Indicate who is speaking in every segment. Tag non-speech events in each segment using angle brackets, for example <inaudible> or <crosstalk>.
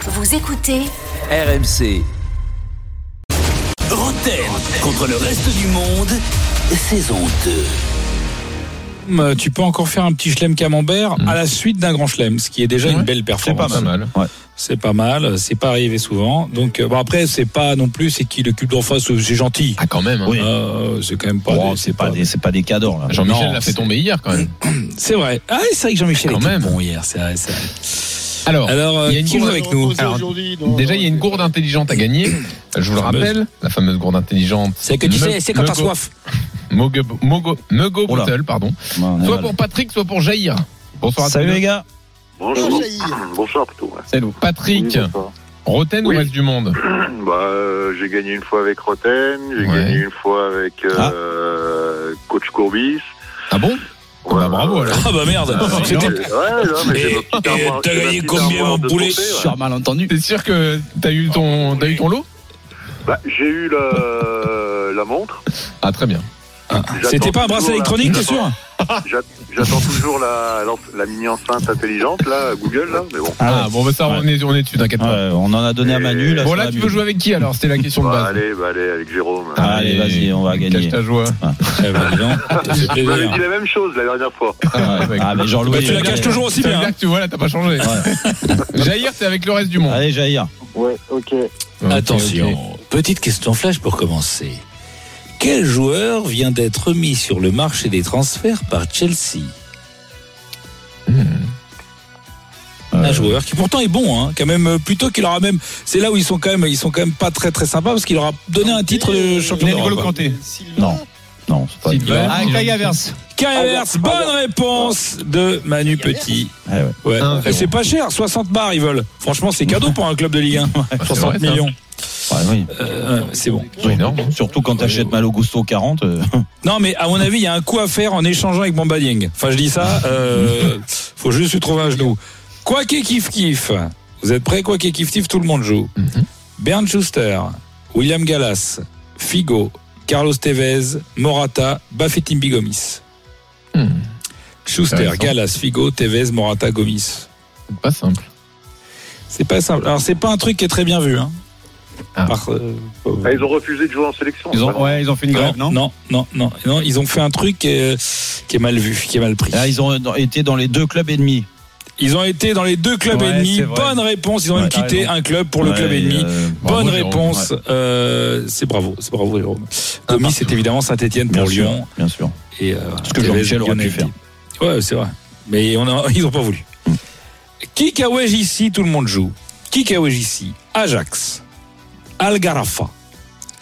Speaker 1: Vous écoutez
Speaker 2: RMC.
Speaker 3: Rotten contre le reste du monde, saison 2.
Speaker 4: Euh, tu peux encore faire un petit chelem camembert à la suite d'un grand chelem, ce qui est déjà une belle performance.
Speaker 5: pas mal.
Speaker 4: C'est pas mal, c'est pas arrivé souvent. Donc euh, bon après c'est pas non plus c'est qui le cul d'en face, euh, c'est gentil.
Speaker 5: Ah, quand même. hein.
Speaker 6: Oui.
Speaker 4: Euh, c'est quand même pas.
Speaker 6: Oh,
Speaker 4: des-
Speaker 6: c'est pas des, c'est pas des cadors là.
Speaker 5: Jean-Michel
Speaker 4: Non,
Speaker 5: l'a fait
Speaker 4: c'est-
Speaker 5: tomber hier,
Speaker 6: <coughs>
Speaker 5: quand même.
Speaker 4: C'est vrai. Ah c'est vrai que Jean-Michel
Speaker 5: Quand
Speaker 4: était
Speaker 5: même.
Speaker 4: bon hier. C'est vrai, c'est vrai.
Speaker 5: Alors,
Speaker 4: Alors euh,
Speaker 5: il y a une
Speaker 4: qui joue
Speaker 5: course
Speaker 4: avec nous
Speaker 5: Alors, déjà, il y a une gourde intelligente à gagner. Je vous le rappelle, la fameuse gourde intelligente.
Speaker 4: C'est que tu
Speaker 5: Me-
Speaker 4: sais, c'est quand t'as
Speaker 5: Mego-
Speaker 4: soif.
Speaker 5: Mogo, Mogo, Mogo
Speaker 6: Oula.
Speaker 5: Bottle, pardon.
Speaker 6: Ouais,
Speaker 5: Soit
Speaker 6: voilà.
Speaker 5: pour Patrick, soit pour Jair. Bonsoir à tous.
Speaker 6: Salut
Speaker 5: deux.
Speaker 6: les gars.
Speaker 7: Bonjour. Ah, Bonsoir plutôt. ouais.
Speaker 5: Patrick, Roten ou
Speaker 7: Oui.
Speaker 5: reste du monde
Speaker 7: Bah, euh, j'ai gagné une fois avec Roten, j'ai
Speaker 5: Ouais.
Speaker 7: gagné une fois avec euh, Coach Courbis.
Speaker 5: Ah bon Ah bah, Bravo, alors.
Speaker 4: Ah bah merde.
Speaker 7: Ouais,
Speaker 4: C'était-
Speaker 7: ouais, non, mais j'ai
Speaker 4: Et-
Speaker 7: ma petite
Speaker 4: et
Speaker 7: armoire-
Speaker 4: t'as
Speaker 7: j'ai ma
Speaker 4: gagné
Speaker 7: petite
Speaker 4: combien,
Speaker 7: armoire
Speaker 4: mon
Speaker 7: de
Speaker 4: poulet
Speaker 7: trophées, ouais.
Speaker 6: Sur malentendu.
Speaker 5: T'es sûr que t'as eu ton, t'as eu ton lot
Speaker 7: Bah, J'ai eu la, la montre.
Speaker 5: Ah, très bien.
Speaker 4: C'était pas un bracelet électronique, t'es sûr
Speaker 7: J'attends Ah. j'attends toujours la, la mini enceinte intelligente, là, Google, là, mais bon.
Speaker 5: Ah,
Speaker 6: ouais.
Speaker 5: bon, bah, ça, on est, on est dessus, t'inquiète
Speaker 6: Ouais,
Speaker 5: pas.
Speaker 6: on en a donné à Manu. Là,
Speaker 5: Bon,
Speaker 6: ça
Speaker 5: là,
Speaker 6: va
Speaker 5: tu
Speaker 6: mieux.
Speaker 5: peux jouer avec qui alors C'était la question de
Speaker 7: Bah,
Speaker 5: base.
Speaker 7: allez, bah, allez, avec Jérôme.
Speaker 6: Ah, allez, vas-y, on va
Speaker 5: Cache
Speaker 6: gagner.
Speaker 5: ta joie.
Speaker 4: Eh ben, dis <laughs> donc, ça fait
Speaker 7: Vous m'avez
Speaker 4: plaisir.
Speaker 7: dit la même chose la dernière fois.
Speaker 6: Ah, ouais. Ah, mais Jean-Louis.
Speaker 4: Bah, tu la
Speaker 6: il-
Speaker 4: caches toujours aussi
Speaker 5: Ça veut
Speaker 4: bien. hein.
Speaker 5: dire que tu vois, là, t'as pas changé. <laughs> Jair, t'es avec le reste du monde.
Speaker 6: Allez, Jair.
Speaker 8: Ouais, ok.
Speaker 5: Ok,
Speaker 4: Attention,
Speaker 5: ok.
Speaker 4: petite question flash pour commencer. Quel joueur vient d'être mis sur le marché des transferts par Chelsea Un joueur qui pourtant est bon, hein, quand même. euh, Plutôt qu'il aura même, c'est là où ils sont quand même, ils sont quand même pas très très sympas parce qu'il aura donné un titre de champion d'Europe.
Speaker 6: Non. Non, c'est pas.
Speaker 5: Sylvain.
Speaker 6: Ah, Kai Havertz.
Speaker 4: Kai Havertz, bonne réponse de Manu Petit.
Speaker 6: Ah, ouais.
Speaker 4: Ouais.
Speaker 5: Un
Speaker 4: Et c'est pas cher, 60 bars ils veulent. Franchement, c'est cadeau pour un club de Ligue 1.
Speaker 5: Bah, c'est vrai,
Speaker 4: 60
Speaker 5: ça.
Speaker 4: millions,
Speaker 6: Ouais, oui.
Speaker 4: Euh, c'est bon.
Speaker 5: C'est énorme.
Speaker 6: Surtout quand t'achètes Malo Gusto 40. euh,
Speaker 4: Non, mais à mon avis, il y a un coup à faire en échangeant avec Bombadieng. Enfin, je dis ça,
Speaker 5: <laughs>
Speaker 4: euh, faut juste lui trouver un genou. Quoi qu'il kiff kiff, vous êtes prêts Quoi qu'il kiff kiff, tout le monde joue.
Speaker 5: Mhm.
Speaker 4: Bernd Schuster, William Gallas, Figo, Carlos Tevez, Morata, Bafetim Bigomis.
Speaker 5: Hmm,
Speaker 4: Schuster,
Speaker 5: Intéressant.
Speaker 4: Gallas, Figo, Tevez, Morata, Gomis.
Speaker 5: c'est pas simple.
Speaker 4: C'est pas simple. Alors, c'est pas un truc qui est très bien vu. Hein.
Speaker 5: Ah.
Speaker 4: Par, euh, euh,
Speaker 7: Ah, ils ont refusé de jouer en sélection.
Speaker 6: Ils
Speaker 7: ça.
Speaker 6: ont, ouais, ils ont fait une grève, non,
Speaker 4: non, non, non, non, Ils ont fait un truc qui est, qui est mal vu, qui est mal pris.
Speaker 5: Ah,
Speaker 6: Là, Ah, ils ont dans- été dans les deux clubs ennemis.
Speaker 4: Ils ont été dans les deux clubs
Speaker 6: Ouais,
Speaker 4: ennemis.
Speaker 6: c'est vrai.
Speaker 4: Bonne réponse. Ils ont
Speaker 6: Ouais,
Speaker 4: même
Speaker 6: t'as
Speaker 4: quitté
Speaker 6: raison.
Speaker 4: un club pour le
Speaker 6: Ouais,
Speaker 4: club ennemi.
Speaker 6: euh,
Speaker 5: bravo,
Speaker 4: Bonne
Speaker 5: Jérôme.
Speaker 4: réponse. Euh, c'est bravo. C'est bravo, Jérôme. Gomis, c'est évidemment Saint-Etienne
Speaker 6: bien
Speaker 4: pour
Speaker 6: sûr,
Speaker 4: Lyon.
Speaker 6: Bien sûr.
Speaker 4: Et, euh,
Speaker 6: Ce que
Speaker 4: Tevez,
Speaker 6: Jean-Michel aurait
Speaker 4: Lionel
Speaker 6: pu faire.
Speaker 4: Petit. Ouais, c'est vrai. Mais on a- <laughs> ils n'ont pas voulu. Kikawej ici, tout le monde joue. Kikawej ici, Ajax, Algarafa,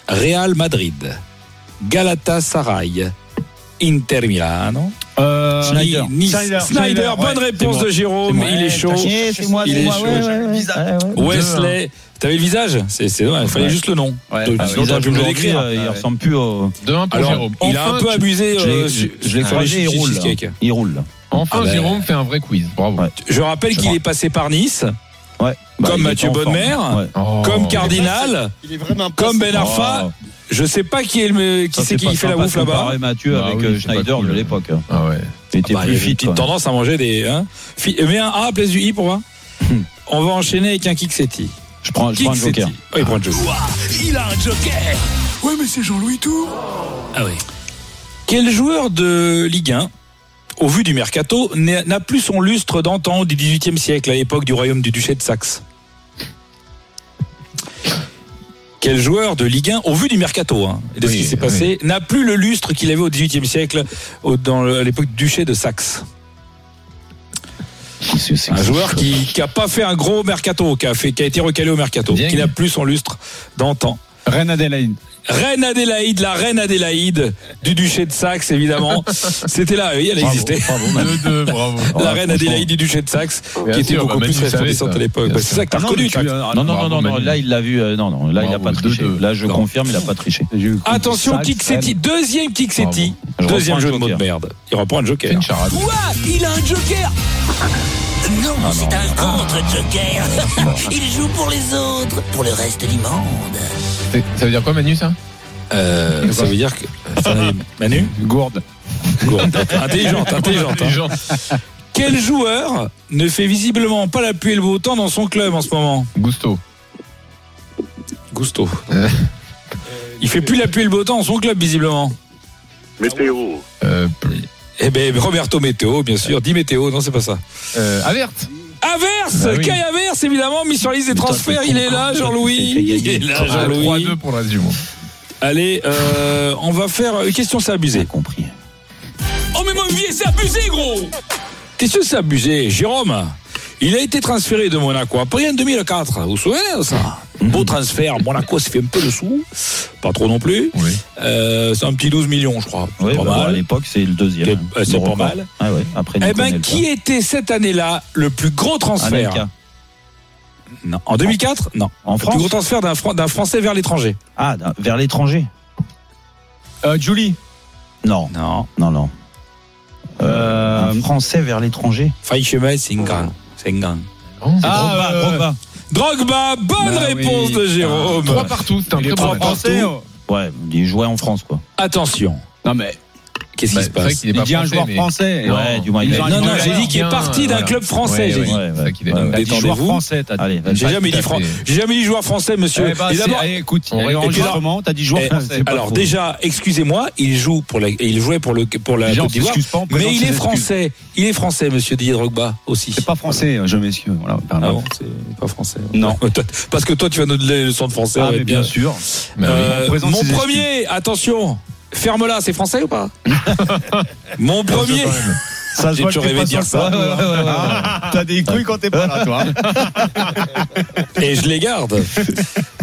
Speaker 4: Real Madrid, Galatasaray, Inter Milano.
Speaker 6: Euh,
Speaker 4: Schneider. Nice. Snyder,
Speaker 6: Snyder. Snyder,
Speaker 4: bonne
Speaker 6: ouais,
Speaker 4: réponse
Speaker 6: c'est
Speaker 4: de Jérôme.
Speaker 6: moi. Eh,
Speaker 4: il est chaud.
Speaker 6: Ouais, C'est moi,
Speaker 4: Il
Speaker 6: c'est
Speaker 4: est
Speaker 6: moi.
Speaker 4: chaud.
Speaker 6: ouais, ouais, ouais, ouais, ouais.
Speaker 4: Wesley. hein. T'avais le visage C'est c'est dommage, il fallait
Speaker 6: Ouais.
Speaker 4: juste le nom.
Speaker 6: Ouais,
Speaker 4: Donc,
Speaker 6: ah,
Speaker 4: sinon,
Speaker 6: visage
Speaker 4: t'aurais pu me le
Speaker 6: aujourd'hui,
Speaker 4: décrire.
Speaker 6: euh, Il ressemble plus au.
Speaker 5: 2-1 pour
Speaker 4: Alors,
Speaker 5: Jérôme.
Speaker 4: il a
Speaker 5: Enfin,
Speaker 4: un peu
Speaker 5: tu-
Speaker 4: abusé.
Speaker 6: Je
Speaker 4: euh,
Speaker 6: l'ai- je
Speaker 4: sur-
Speaker 6: je l'ai
Speaker 4: sur
Speaker 6: croisé,
Speaker 4: les
Speaker 6: il roule. là.
Speaker 4: cheesecakes.
Speaker 6: Il roule.
Speaker 5: Enfin,
Speaker 4: Ah ben-
Speaker 5: Jérôme fait un vrai quiz. Bravo.
Speaker 6: Ouais.
Speaker 4: Je rappelle qu'il est passé par Nice,
Speaker 6: Ouais.
Speaker 4: Comme
Speaker 6: il est
Speaker 4: Mathieu
Speaker 6: en forme.
Speaker 4: Bonnemer.
Speaker 6: Ouais.
Speaker 5: Oh.
Speaker 4: comme Cardinal,
Speaker 8: Il est vraiment
Speaker 4: comme Ben Arfa.
Speaker 6: Oh,
Speaker 4: Je sais pas qui, est le- qui
Speaker 6: ça,
Speaker 4: c'est
Speaker 6: pas
Speaker 4: qui fait la
Speaker 6: sympa
Speaker 4: bouffe
Speaker 6: de comparer
Speaker 4: là-bas.
Speaker 6: Mathieu
Speaker 5: Ah
Speaker 6: avec
Speaker 5: oui,
Speaker 6: euh,
Speaker 5: c'est pas
Speaker 6: Schneider
Speaker 5: cool.
Speaker 6: de l'époque.
Speaker 5: Ah ouais.
Speaker 6: Il était
Speaker 4: Bah, il y
Speaker 6: plus
Speaker 4: a une
Speaker 6: fit.
Speaker 4: petite
Speaker 6: quoi.
Speaker 4: tendance à manger des. Hein. Fi- Mets un A à place du I pour
Speaker 6: <laughs>
Speaker 4: moi. On va enchaîner avec un Kickseti.
Speaker 6: Je prends, je prends un
Speaker 4: Kickseti.
Speaker 6: joker.
Speaker 4: Oh, il prend un joker.
Speaker 3: Il a un joker Ouais, mais c'est Jean-Louis Tour
Speaker 4: Ah oui. Quel joueur de Ligue 1, au vu du mercato, n'a n'a plus son lustre d'antan du XVIIIe siècle, à l'époque du royaume du duché de Saxe Quel joueur de Ligue 1, au vu du mercato, hein, et de ce
Speaker 5: Oui,
Speaker 4: qui s'est passé, n'a plus le lustre qu'il avait au XVIIIe siècle, au- dans le- à l'époque du duché de Saxe Un joueur qui n'a pas fait un gros mercato, qui a, fait, qui a été recalé au mercato,
Speaker 5: Dieng.
Speaker 4: qui n'a plus son lustre d'antan.
Speaker 6: Reine Adelaide.
Speaker 4: Reine Adélaïde, la reine Adélaïde du duché de Saxe, évidemment. C'était là, oui, elle existait.
Speaker 5: Bravo. 2-2, bravo.
Speaker 4: La reine Adélaïde du duché de Saxe,
Speaker 5: Bien
Speaker 4: qui était
Speaker 5: sûr,
Speaker 4: beaucoup
Speaker 5: bah,
Speaker 4: plus
Speaker 5: Manu savait
Speaker 4: resplendissante
Speaker 5: ça.
Speaker 4: à l'époque.
Speaker 5: Bien
Speaker 4: Bah, c'est
Speaker 5: sûr.
Speaker 4: ça que t'as
Speaker 6: non,
Speaker 4: reconnu.
Speaker 6: mais tu-
Speaker 4: tu vois.
Speaker 6: non, non,
Speaker 5: Bravo,
Speaker 6: non, non, non,
Speaker 5: Manu.
Speaker 6: là il l'a vu. euh, non, non, là il a
Speaker 5: Bravo,
Speaker 6: pas triché.
Speaker 5: deux-deux.
Speaker 6: Là je
Speaker 4: Non.
Speaker 6: confirme, il a pas triché.
Speaker 4: Attention, Kiksetti, deuxième Kiksetti,
Speaker 6: Je reprends
Speaker 4: deuxième
Speaker 6: le
Speaker 4: jeu de mots de
Speaker 6: joker.
Speaker 4: merde. Il reprend un
Speaker 5: C'est
Speaker 4: joker.
Speaker 5: une charade.
Speaker 3: Quoi Il a un joker Non, c'est un contre-joker Il joue pour les autres, pour le reste du monde
Speaker 5: C'est- Ça veut dire quoi, Manu, ça
Speaker 4: Euh, ça veut dire que. ça veut dire- Manu
Speaker 6: Gourde.
Speaker 4: Gourde. Intelligente, intelligente. hein. Quel joueur ne fait visiblement pas la pluie et le beau temps dans son club en ce moment
Speaker 5: Gusto.
Speaker 4: Gusto.
Speaker 5: Euh.
Speaker 4: Il fait plus la pluie et le beau temps dans son club visiblement.
Speaker 7: Météo.
Speaker 5: Euh, plus-
Speaker 4: Eh ben Roberto Météo, bien sûr. Dis Météo, non c'est pas ça.
Speaker 5: euh, alerte.
Speaker 4: Averse,
Speaker 5: Bah oui.
Speaker 4: Kai Averse évidemment mis sur la liste des
Speaker 6: Putain,
Speaker 4: transferts.
Speaker 6: c'est
Speaker 4: Il
Speaker 6: con,
Speaker 4: est là,
Speaker 6: hein.
Speaker 4: Jean-Louis.
Speaker 6: Il fait
Speaker 4: Il
Speaker 6: gagner.
Speaker 4: est là,
Speaker 5: Ah,
Speaker 4: Jean-Louis.
Speaker 5: 3-2 pour le reste du monde.
Speaker 4: Allez, euh, on va faire une question, c'est abusé.
Speaker 6: J'ai compris.
Speaker 3: Oh mais mon vieux, c'est abusé, gros
Speaker 4: T'es sûr que c'est abusé, Jérôme Il a été transféré de Monaco à Paris en 2004. Vous vous souvenez de
Speaker 6: Ah.
Speaker 4: ça Beau transfert. Monaco s'est fait un peu le sou, pas trop non plus.
Speaker 5: Oui.
Speaker 4: Euh, c'est un petit 12 millions, je crois.
Speaker 6: Ouais,
Speaker 4: pas
Speaker 6: bah, bon, à
Speaker 4: mal.
Speaker 6: l'époque, c'est le deuxième. hein,
Speaker 4: Euh, c'est
Speaker 6: le
Speaker 4: pas
Speaker 6: record.
Speaker 4: mal.
Speaker 6: Ah ouais, après,
Speaker 4: eh ben, qui était cette année-là le plus gros transfert
Speaker 6: Anelka.
Speaker 4: Non. En 2004 Non.
Speaker 6: En
Speaker 4: Le plus gros
Speaker 6: France
Speaker 4: transfert d'un, Fran- d'un Français vers l'étranger
Speaker 6: Ah, d'un- vers l'étranger. Julie Non,
Speaker 4: Non.
Speaker 6: non, non. Euh, un Français vers l'étranger.
Speaker 4: Faichema Singan. Singan.
Speaker 5: Non, Oh, c'est
Speaker 4: Ah,
Speaker 6: Drogba,
Speaker 5: Drogba.
Speaker 6: Drogba.
Speaker 4: Drogba, bonne
Speaker 5: Bah oui.
Speaker 4: réponse de Jérôme.
Speaker 5: Trois partout, c'est un
Speaker 4: Il est
Speaker 5: très
Speaker 4: trois
Speaker 5: bon match.
Speaker 4: partout.
Speaker 6: Ouais, il jouait en France, quoi.
Speaker 4: Attention.
Speaker 1: Non mais
Speaker 4: Qu'est-ce
Speaker 5: Bah,
Speaker 4: qui se
Speaker 5: c'est vrai
Speaker 4: passe
Speaker 5: qu'il est pas
Speaker 1: il dit un
Speaker 5: français,
Speaker 1: joueur
Speaker 5: mais-
Speaker 1: français. et
Speaker 6: Ouais,
Speaker 1: alors,
Speaker 6: du moins, il
Speaker 1: ils
Speaker 6: a-
Speaker 1: ont un
Speaker 4: Non, non,
Speaker 1: joueur-
Speaker 4: j'ai dit qu'il est parti d'un
Speaker 5: Voilà.
Speaker 4: club français.
Speaker 6: eh
Speaker 5: Ouais,
Speaker 4: j'ai
Speaker 5: ouais.
Speaker 4: dit.
Speaker 5: C'est ça qu'il est.
Speaker 4: Ouais.
Speaker 1: T'as dit joueur
Speaker 4: Détendez-vous.
Speaker 1: français. T'as
Speaker 6: Allez, vas-y.
Speaker 4: J'ai
Speaker 5: Pas
Speaker 4: jamais
Speaker 5: tout
Speaker 4: dit
Speaker 5: à
Speaker 4: Fran-
Speaker 5: fait.
Speaker 4: J'ai jamais dit joueur français, monsieur.
Speaker 1: Eh
Speaker 6: bah,
Speaker 1: ben,
Speaker 4: Et d'abord-
Speaker 1: c'est- allez, écoute,
Speaker 5: on
Speaker 1: il y a eu
Speaker 5: va- et puis là-
Speaker 1: enregistrement, t'as dit joueur
Speaker 4: Eh,
Speaker 1: français. c'est pas
Speaker 4: alors
Speaker 1: faux.
Speaker 4: déjà, excusez-moi, il joue pour la, il jouait pour le pour la
Speaker 1: Déjà, on
Speaker 4: Côte d'Ivoire,
Speaker 1: s'excuse pas, on présente
Speaker 4: mais il
Speaker 1: ses
Speaker 4: est
Speaker 1: excuses.
Speaker 4: français. Il est français, Monsieur Didier Drogba aussi.
Speaker 1: c'est pas français, je m'excuse. Voilà,
Speaker 4: Ah
Speaker 1: pardon.
Speaker 4: bon, c'est pas français.
Speaker 1: Non.
Speaker 4: <laughs> Toi- parce que toi, tu vas nous donner le son de français.
Speaker 1: Ah,
Speaker 4: ouais,
Speaker 1: mais bien sûr.
Speaker 5: Bah oui.
Speaker 4: Euh,
Speaker 1: on présente
Speaker 4: mon
Speaker 1: ses
Speaker 4: premier, attention, ferme-la, c'est français ou <laughs> pas Mon premier.
Speaker 6: Ça
Speaker 4: J'ai toujours rêvé de dire ça.
Speaker 1: hein. T'as des couilles quand t'es pas là, toi. hein.
Speaker 4: <laughs> et je les garde.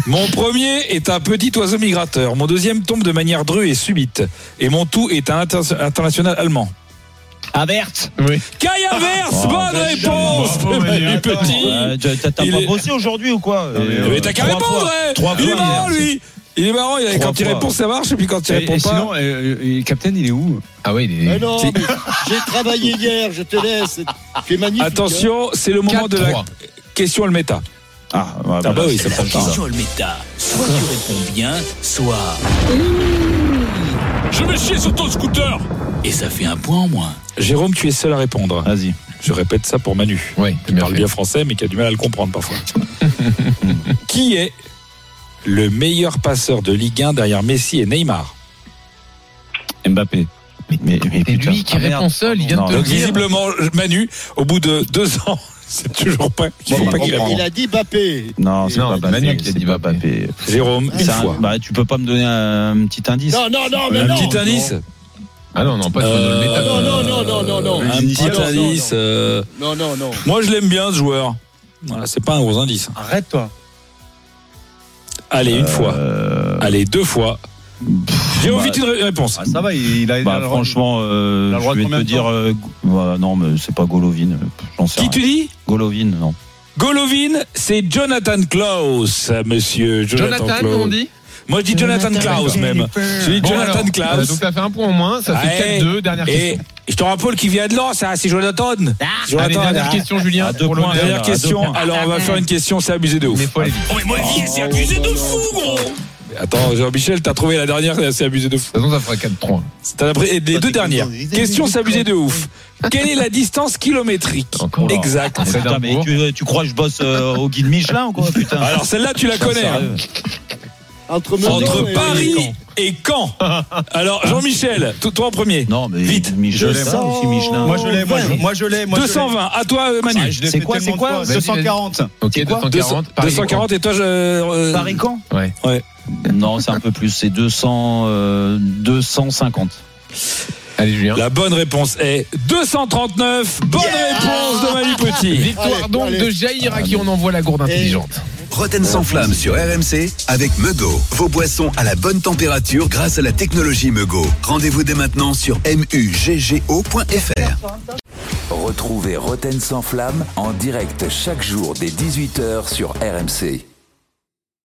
Speaker 4: Mon premier est un petit oiseau migrateur. Mon deuxième tombe de manière drue et subite. Et mon tout est un inter- international allemand.
Speaker 1: Averte.
Speaker 5: Oui.
Speaker 4: Kai Havertz,
Speaker 6: Oh,
Speaker 4: bonne réponse
Speaker 1: Ah, bah, bravo,
Speaker 4: de <laughs>
Speaker 1: Manu,
Speaker 4: Manu
Speaker 1: attends.
Speaker 4: Petit.
Speaker 6: Ouais, t'as t'as
Speaker 4: Il
Speaker 6: pas
Speaker 4: est-
Speaker 6: bossé aujourd'hui ou quoi Euh,
Speaker 4: Mais t'as qu'à
Speaker 6: trois
Speaker 4: répondre,
Speaker 6: fois.
Speaker 4: eh.
Speaker 6: Trois
Speaker 4: Il est
Speaker 6: fois,
Speaker 4: marrant,
Speaker 6: il est-
Speaker 4: lui Il est marrant, il-
Speaker 6: Trois
Speaker 4: quand il
Speaker 6: fois.
Speaker 4: répond, ça marche, et puis quand il
Speaker 1: Et,
Speaker 4: répond
Speaker 1: et
Speaker 4: pas.
Speaker 1: sinon, euh, euh, et Captain, il est où
Speaker 5: Ah oui, il
Speaker 2: Mais
Speaker 5: est.
Speaker 2: non,
Speaker 4: C'est-
Speaker 2: mais j'ai travaillé hier, je te laisse. Tu es magnifique.
Speaker 1: hein.
Speaker 4: Attention, c'est le moment de la
Speaker 5: 4-3.
Speaker 4: question le méta.
Speaker 6: Ah, ouais,
Speaker 4: Ah bah
Speaker 6: bah,
Speaker 4: oui, ça
Speaker 6: c'est
Speaker 4: prend
Speaker 6: pas
Speaker 4: le temps.
Speaker 6: ça.
Speaker 3: Question le méta. Soit tu réponds bien, soit. Je vais chier sur ton scooter Et ça fait un point en moins.
Speaker 4: Jérôme, tu es seul à répondre.
Speaker 6: Vas-y.
Speaker 4: Je répète ça pour Manu.
Speaker 5: Oui,
Speaker 4: qui parle bien français mais qui a du mal à le comprendre parfois.
Speaker 6: <laughs>
Speaker 4: qui est le meilleur passeur de Ligue 1 derrière Messi et Neymar
Speaker 6: Mbappé. Mais, mais, mais
Speaker 5: Et
Speaker 6: putain.
Speaker 5: lui qui
Speaker 6: Ah, merde.
Speaker 5: répond seul, il vient
Speaker 6: Non,
Speaker 5: de te le
Speaker 4: Donc
Speaker 5: dire.
Speaker 4: visiblement Manu, au bout de deux ans, <laughs> c'est toujours pas. Il faut
Speaker 2: Bon,
Speaker 4: pas qu'il
Speaker 2: il,
Speaker 4: apprenne.
Speaker 2: a dit Bappé.
Speaker 6: Non, c'est
Speaker 5: Non,
Speaker 6: pas
Speaker 5: c'est
Speaker 6: Mbappé.
Speaker 5: Manu qui a
Speaker 6: c'est
Speaker 5: dit
Speaker 6: pas
Speaker 5: Mbappé.
Speaker 6: Mbappé.
Speaker 4: Jérôme, une
Speaker 6: C'est un-
Speaker 4: fois.
Speaker 6: bah, tu peux pas me donner un petit indice
Speaker 3: Ah
Speaker 2: Non, non, non, mais
Speaker 4: Un
Speaker 2: non.
Speaker 4: petit indice.
Speaker 5: Ah non, non, pas sur
Speaker 4: Euh,
Speaker 5: le métal.
Speaker 2: non, non, non, non, non, non.
Speaker 4: Un
Speaker 2: Vas-y,
Speaker 4: petit
Speaker 2: alors, non,
Speaker 4: indice.
Speaker 2: non.
Speaker 4: euh,
Speaker 2: Non, non, non.
Speaker 4: Moi, je l'aime bien ce joueur. Voilà, c'est pas un gros indice.
Speaker 1: Arrête-toi.
Speaker 4: Allez, une fois.
Speaker 6: Euh,
Speaker 4: Allez, deux fois. Jérôme,
Speaker 6: bah,
Speaker 4: vite une ré- réponse.
Speaker 1: Ah, ça va, il, il a. il a
Speaker 6: bah,
Speaker 1: le-
Speaker 6: franchement, euh,
Speaker 1: il a le droit
Speaker 6: je
Speaker 1: de
Speaker 6: vais
Speaker 1: combien
Speaker 6: te
Speaker 1: de
Speaker 6: dire.
Speaker 1: temps
Speaker 6: euh, Go- bah, non, mais c'est pas Golovin. euh, J'en sais
Speaker 4: Qui
Speaker 6: rien.
Speaker 4: tu dis
Speaker 6: Golovin, non.
Speaker 4: Golovin, c'est Jonathan Klaus, monsieur. Jonathan,
Speaker 5: Jonathan,
Speaker 4: Klaus.
Speaker 5: on dit
Speaker 4: Moi, je dis Jonathan Klaus même. Je dis
Speaker 5: Bon,
Speaker 4: Jonathan
Speaker 5: alors, euh,
Speaker 4: Klaus. Ah, eh,
Speaker 5: Donc ça fait un point en moins, ça fait
Speaker 4: Ouais.
Speaker 5: 4-2, dernière
Speaker 4: Et
Speaker 5: question.
Speaker 4: je te rappelle qu'il vient de là, ça, c'est Jonathan.
Speaker 5: Allez,
Speaker 4: Jonathan,
Speaker 5: dernière
Speaker 4: ah,
Speaker 5: question, Julien,
Speaker 6: à deux
Speaker 5: pour
Speaker 6: points.
Speaker 5: l'honneur.
Speaker 4: dernière
Speaker 6: à deux
Speaker 4: question.
Speaker 6: points.
Speaker 4: Alors, on va faire une question, c'est abusé de ouf. Ah.
Speaker 5: Mais faut aller vite.
Speaker 3: Oh mais mon vieux, c'est abusé de fou, gros
Speaker 4: Attends, Jean-Michel, t'as trouvé la dernière, c'est abusé de ouf.
Speaker 5: De toute façon, ça fera 4-3.
Speaker 4: T'as appris- et les deux dernières. Question, c'est abusé de ouf. Quelle est la distance kilométrique
Speaker 5: Encore.
Speaker 4: exacte
Speaker 5: C'est
Speaker 6: Eh, Putain,
Speaker 5: d'un
Speaker 6: mais
Speaker 5: bourg.
Speaker 6: tu, tu crois que je bosse euh, au guide Michelin
Speaker 1: <laughs>
Speaker 6: ou quoi Putain.
Speaker 4: Alors, celle-là, tu la connais. hein.
Speaker 6: Sérieux.
Speaker 2: Entre, Meudon
Speaker 4: Entre
Speaker 2: et-
Speaker 4: Paris et Caen. Alors, Jean-Michel, to- toi en premier.
Speaker 6: Non, mais
Speaker 4: Vite.
Speaker 6: Michelin,
Speaker 1: Je
Speaker 6: ça aussi Michelin.
Speaker 1: Moi, je l'ai, moi, je- moi, je l'ai. Eh, moi, je l'ai.
Speaker 4: 220, à toi, euh,
Speaker 1: Ah,
Speaker 4: Manu.
Speaker 1: je l'ai
Speaker 6: C'est
Speaker 1: fait
Speaker 6: quoi,
Speaker 1: tellement
Speaker 6: c'est quoi
Speaker 1: de fois.
Speaker 5: Vas-y, vas-y.
Speaker 6: 240.
Speaker 5: Ok,
Speaker 4: C'est quoi
Speaker 5: 240. Paris,
Speaker 4: 240 et toi, je. euh,
Speaker 6: Paris quand
Speaker 5: Ouais.
Speaker 6: Non, c'est un peu plus. C'est 200, euh, 250.
Speaker 5: Allez, Julien.
Speaker 4: La bonne réponse est 239. Bonne réponse de Manu Petit.
Speaker 5: Victoire
Speaker 2: Allez,
Speaker 5: donc
Speaker 2: allez.
Speaker 5: de Jair
Speaker 4: Ah,
Speaker 5: à qui on envoie la
Speaker 4: Eh,
Speaker 5: gourde intelligente.
Speaker 8: Roten sans flamme sur RMC avec Mego. Vos boissons à la bonne température grâce à la technologie Mego. Rendez-vous dès maintenant sur muggo.fr.
Speaker 9: Retrouvez Roten sans flamme en direct chaque jour dès 18h sur RMC.